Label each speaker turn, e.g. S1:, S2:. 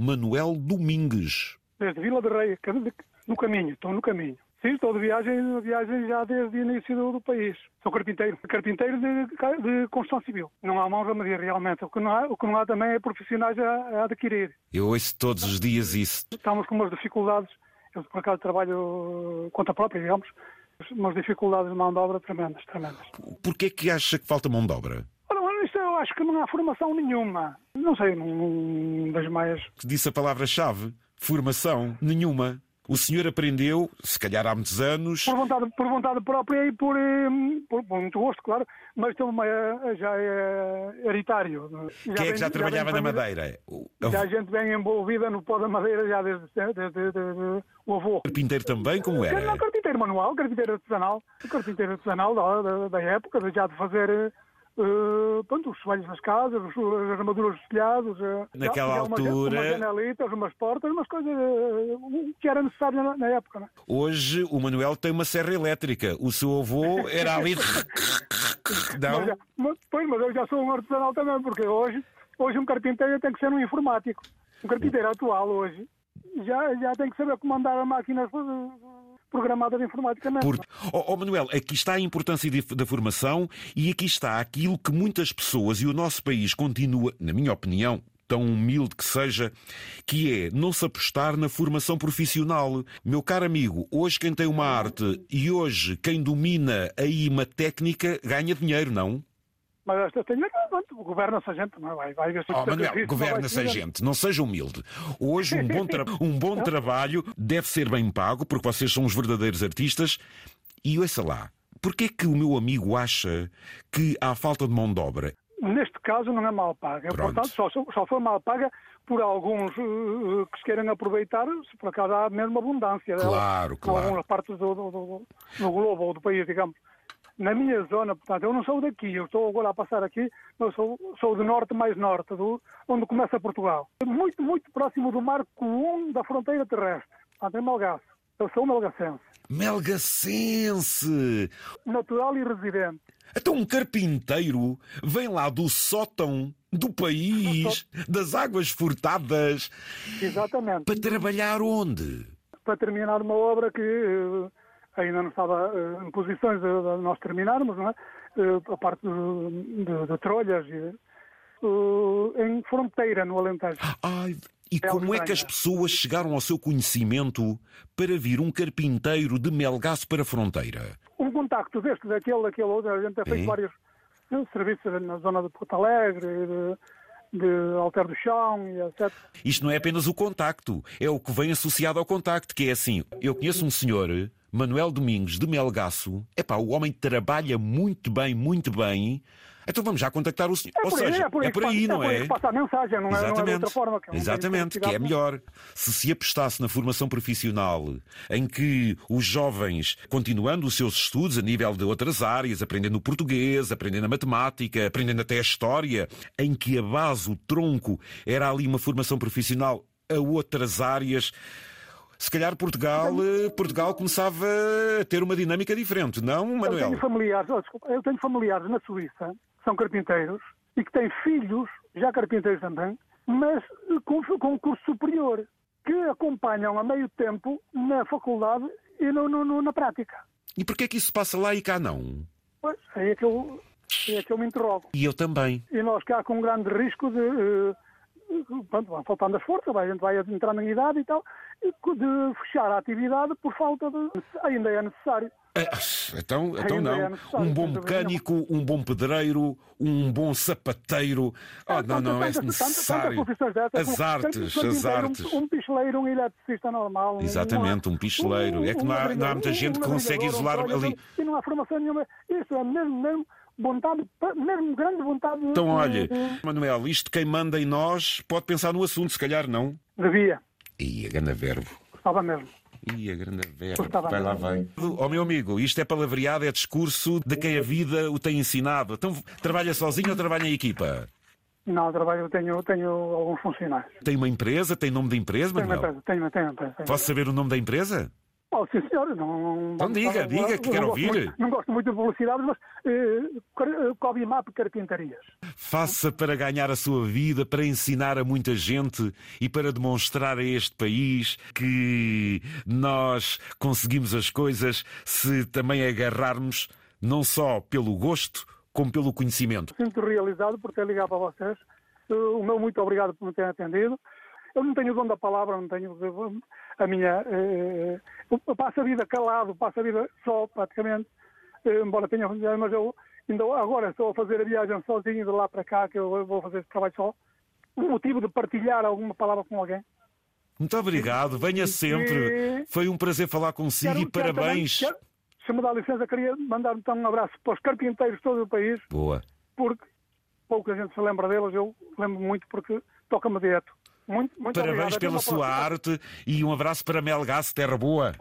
S1: Manuel Domingues.
S2: Desde Vila de Rei, no caminho, estão no caminho. Sim, estou de viagem, viagem já desde o início do, do país. Sou carpinteiro, carpinteiro de, de construção civil. Não há mãos a medir realmente. O que não há, o que não há também é profissionais a, a adquirir.
S1: Eu ouço todos os dias isso.
S2: Estamos com umas dificuldades. Eu, por acaso, trabalho conta própria, digamos. Umas dificuldades de mão de obra tremendas, tremendas.
S1: Porquê é que acha que falta mão de obra?
S2: Ora, isto eu acho que não há formação nenhuma. Não sei, não, não vejo mais.
S1: Disse a palavra-chave. Formação nenhuma. O senhor aprendeu, se calhar há muitos anos,
S2: Por vontade, por vontade própria e por, eh, por, por muito gosto, claro. Mas também eh, já é heritário. Já
S1: quem é
S2: vem-
S1: que já
S2: vem
S1: trabalhava
S2: de
S1: na
S2: família-
S1: Madeira? O o
S2: Já a gente vem envolvida no pó da madeira já desde, desde- desde- desde o avô.
S1: carpinteiro também, como
S2: Era
S1: era?
S2: um carpinteiro manual, carpinteiro artesanal, carpinteiro artesanal da, da, da época, de- já de fazer eh, eh, pronto, os soalhos das casas, os- as armaduras dos telhados, eh, já-
S1: Naquela
S2: já umas-
S1: altura-
S2: umas janelitas, umas portas, umas coisas eh, o que era necessário na, na época. né?
S1: Hoje o Manuel tem uma serra elétrica. O seu avô era ali.
S2: Mas,
S1: Não?
S2: já- mas- pois, mas eu já sou um artesanal também, porque hoje, hoje um carpinteiro tem que ser um informático. Um carpinteiro atual hoje já, já tem que saber comandar a máquina eh, programada de informática mesmo.
S1: Por... Oh, oh, Manuel, aqui está a importância de- da formação e aqui está aquilo que muitas pessoas e o nosso país continua, na minha opinião, tão humilde que seja, que é não se apostar na formação profissional. Meu caro amigo, hoje quem tem uma arte e hoje quem domina aí uma técnica ganha dinheiro, não?
S2: Mas esta tem pronto, governa-se a gente, não é? vai, vai ver se
S1: Oh,
S2: tem
S1: Manuel,
S2: risco, não
S1: governa-se
S2: vai
S1: a
S2: ter.
S1: gente, não seja humilde. Hoje um bom, tra- um bom trabalho deve ser bem pago, porque vocês são os verdadeiros artistas. E ouça lá, porquê que o meu amigo acha que há falta de mão de obra?
S2: Neste caso não é mal paga.
S1: Pronto.
S2: Portanto, só, só foi mal paga por alguns eh, que se querem aproveitar, se por acaso há mesmo abundância. É dela,
S1: Claro,
S2: em
S1: claro.
S2: Algumas partes do, do- do- do globo ou do país, digamos. Na minha zona, portanto, eu não sou daqui, eu estou agora a passar aqui, eu sou, sou de norte mais norte, do, onde começa Portugal. Muito, muito próximo do marco 1 da fronteira terrestre, portanto, em Malgaço. Eu sou malgacense,
S1: Melgacense!
S2: natural e residente.
S1: Até um carpinteiro vem lá do sótão do país, das águas furtadas,
S2: Exatamente.
S1: para trabalhar onde?
S2: para terminar uma obra que eh, ainda não estava eh, em posições de, de nós terminarmos, não é? Eh, a parte de, de- de trolhas, e, eh, em fronteira, no Alentejo.
S1: Ai, e
S2: É
S1: como é que
S2: estranho.
S1: as pessoas chegaram ao seu conhecimento para vir um carpinteiro de Melgaço para a fronteira?
S2: Um contacto deste, daquele, daquele outro, a gente tem feito
S1: Sim.
S2: vários eh, serviços na zona de Porto Alegre, de, de Alter do Chão, e etc.
S1: Isto não é apenas o contacto, é o que vem associado ao contacto, que é assim. Eu conheço um senhor, Manuel Domingos, de Melgaço. Epá, o homem trabalha muito bem, muito bem. Então vamos já contactar o senhor.
S2: É
S1: Ou
S2: por aí,
S1: seja,
S2: é por aí que passa-
S1: não
S2: é por aí
S1: é?
S2: que passa a mensagem, não é- não é de outra forma, que é um
S1: Exatamente, que é
S2: bocadinho
S1: melhor. Se se apostasse na formação profissional, em que os jovens, continuando os seus estudos a nível de outras áreas, aprendendo o português, aprendendo a matemática, aprendendo até a história, em que a base, o tronco, era ali uma formação profissional a outras áreas, se calhar Portugal, eh, Portugal começava a ter uma dinâmica diferente, não, é
S2: Eu
S1: Manuel?
S2: tenho familiares, oh, desculpa, eu tenho familiares na Suíça, que são carpinteiros, e que têm filhos, já carpinteiros também, mas eh, com, com curso superior, que acompanham a meio tempo na faculdade e no- no- no- na prática.
S1: E porquê é que isso se passa lá e cá não?
S2: Pois, aí é que eu, aí é que eu me interrogo.
S1: E eu também.
S2: E nós cá com um grande risco de. eh, Pronto, vão faltando as forças, vai- a gente vai entrar na idade e tal, e de fechar a atividade por falta de. Ainda é necessário.
S1: Ah, Então, então
S2: Ainda é
S1: não.
S2: necessário,
S1: Um bom
S2: sem dúvida
S1: mecânico, um bom pedreiro, um bom sapateiro. Ah, não, não, é
S2: Tantas- tantas- tantas
S1: necessário.
S2: profissões dessas,
S1: As
S2: um-
S1: artes,
S2: um-
S1: as artes.
S2: Um, um picheleiro, um eletricista normal. um-
S1: Exatamente, um picheleiro. É que não há-
S2: madrigal-
S1: não há muita
S2: um-
S1: gente
S2: um
S1: que consegue
S2: madrigal, um
S1: isolar
S2: trabalhador,
S1: ali.
S2: E não há formação nenhuma. Isso é mesmo, mesmo vontade, mesmo grande vontade. de-
S1: Então, olha,
S2: de-
S1: Manuel, isto quem manda em nós pode pensar no assunto, se calhar não.
S2: Devia,
S1: Ia, grande verbo.
S2: estava mesmo.
S1: Ia, grande verbo.
S2: Gostava
S1: Vai lá,
S2: mesmo.
S1: vai. Ó, meu amigo, isto é palavreado, é discurso de quem a vida o tem ensinado. Então, trabalha sozinho ou trabalha em equipa?
S2: Não, trabalho, eu tenho, eu tenho alguns funcionários.
S1: Tem uma empresa, tem nome de empresa,
S2: Tenho uma
S1: Manuel?
S2: empresa, tenho, tenho uma empresa. tenho.
S1: Posso saber o nome da empresa?
S2: Oh, sim, senhor. Não,
S1: Então diga,
S2: não-
S1: diga, que
S2: não
S1: quero
S2: gosto
S1: ouvir.
S2: muito- não gosto muito de velocidade, mas eh, car- eh, Cobimap Carpintarias.
S1: Faça para ganhar a sua vida, para ensinar a muita gente e para demonstrar a este país que nós conseguimos as coisas se também agarrarmos não só pelo gosto, como pelo conhecimento.
S2: Sinto realizado por ter ligado para vocês. Eh, o meu muito obrigado por me terem atendido. Eu não tenho o dom da palavra, não tenho eh, a minha. eh, eu passo a vida calado, passo a vida só, praticamente. Eh, embora tenha familiar, mas eu ainda agora estou a fazer a viagem sozinho de lá para cá, que eu vou fazer esse trabalho só. O motivo de partilhar alguma palavra com alguém.
S1: Muito obrigado, venha sempre. Foi um prazer falar consigo e parabéns.
S2: também- quero- se me dá licença, queria mandar então um abraço para os carpinteiros de todo o país,
S1: Boa.
S2: porque pouca gente se lembra deles, eu lembro muito porque toca-me direto. Muito, muito
S1: Parabéns
S2: obrigado. Até
S1: pela
S2: uma
S1: sua
S2: próxima.
S1: arte e um abraço para Melgaço, Terra Boa.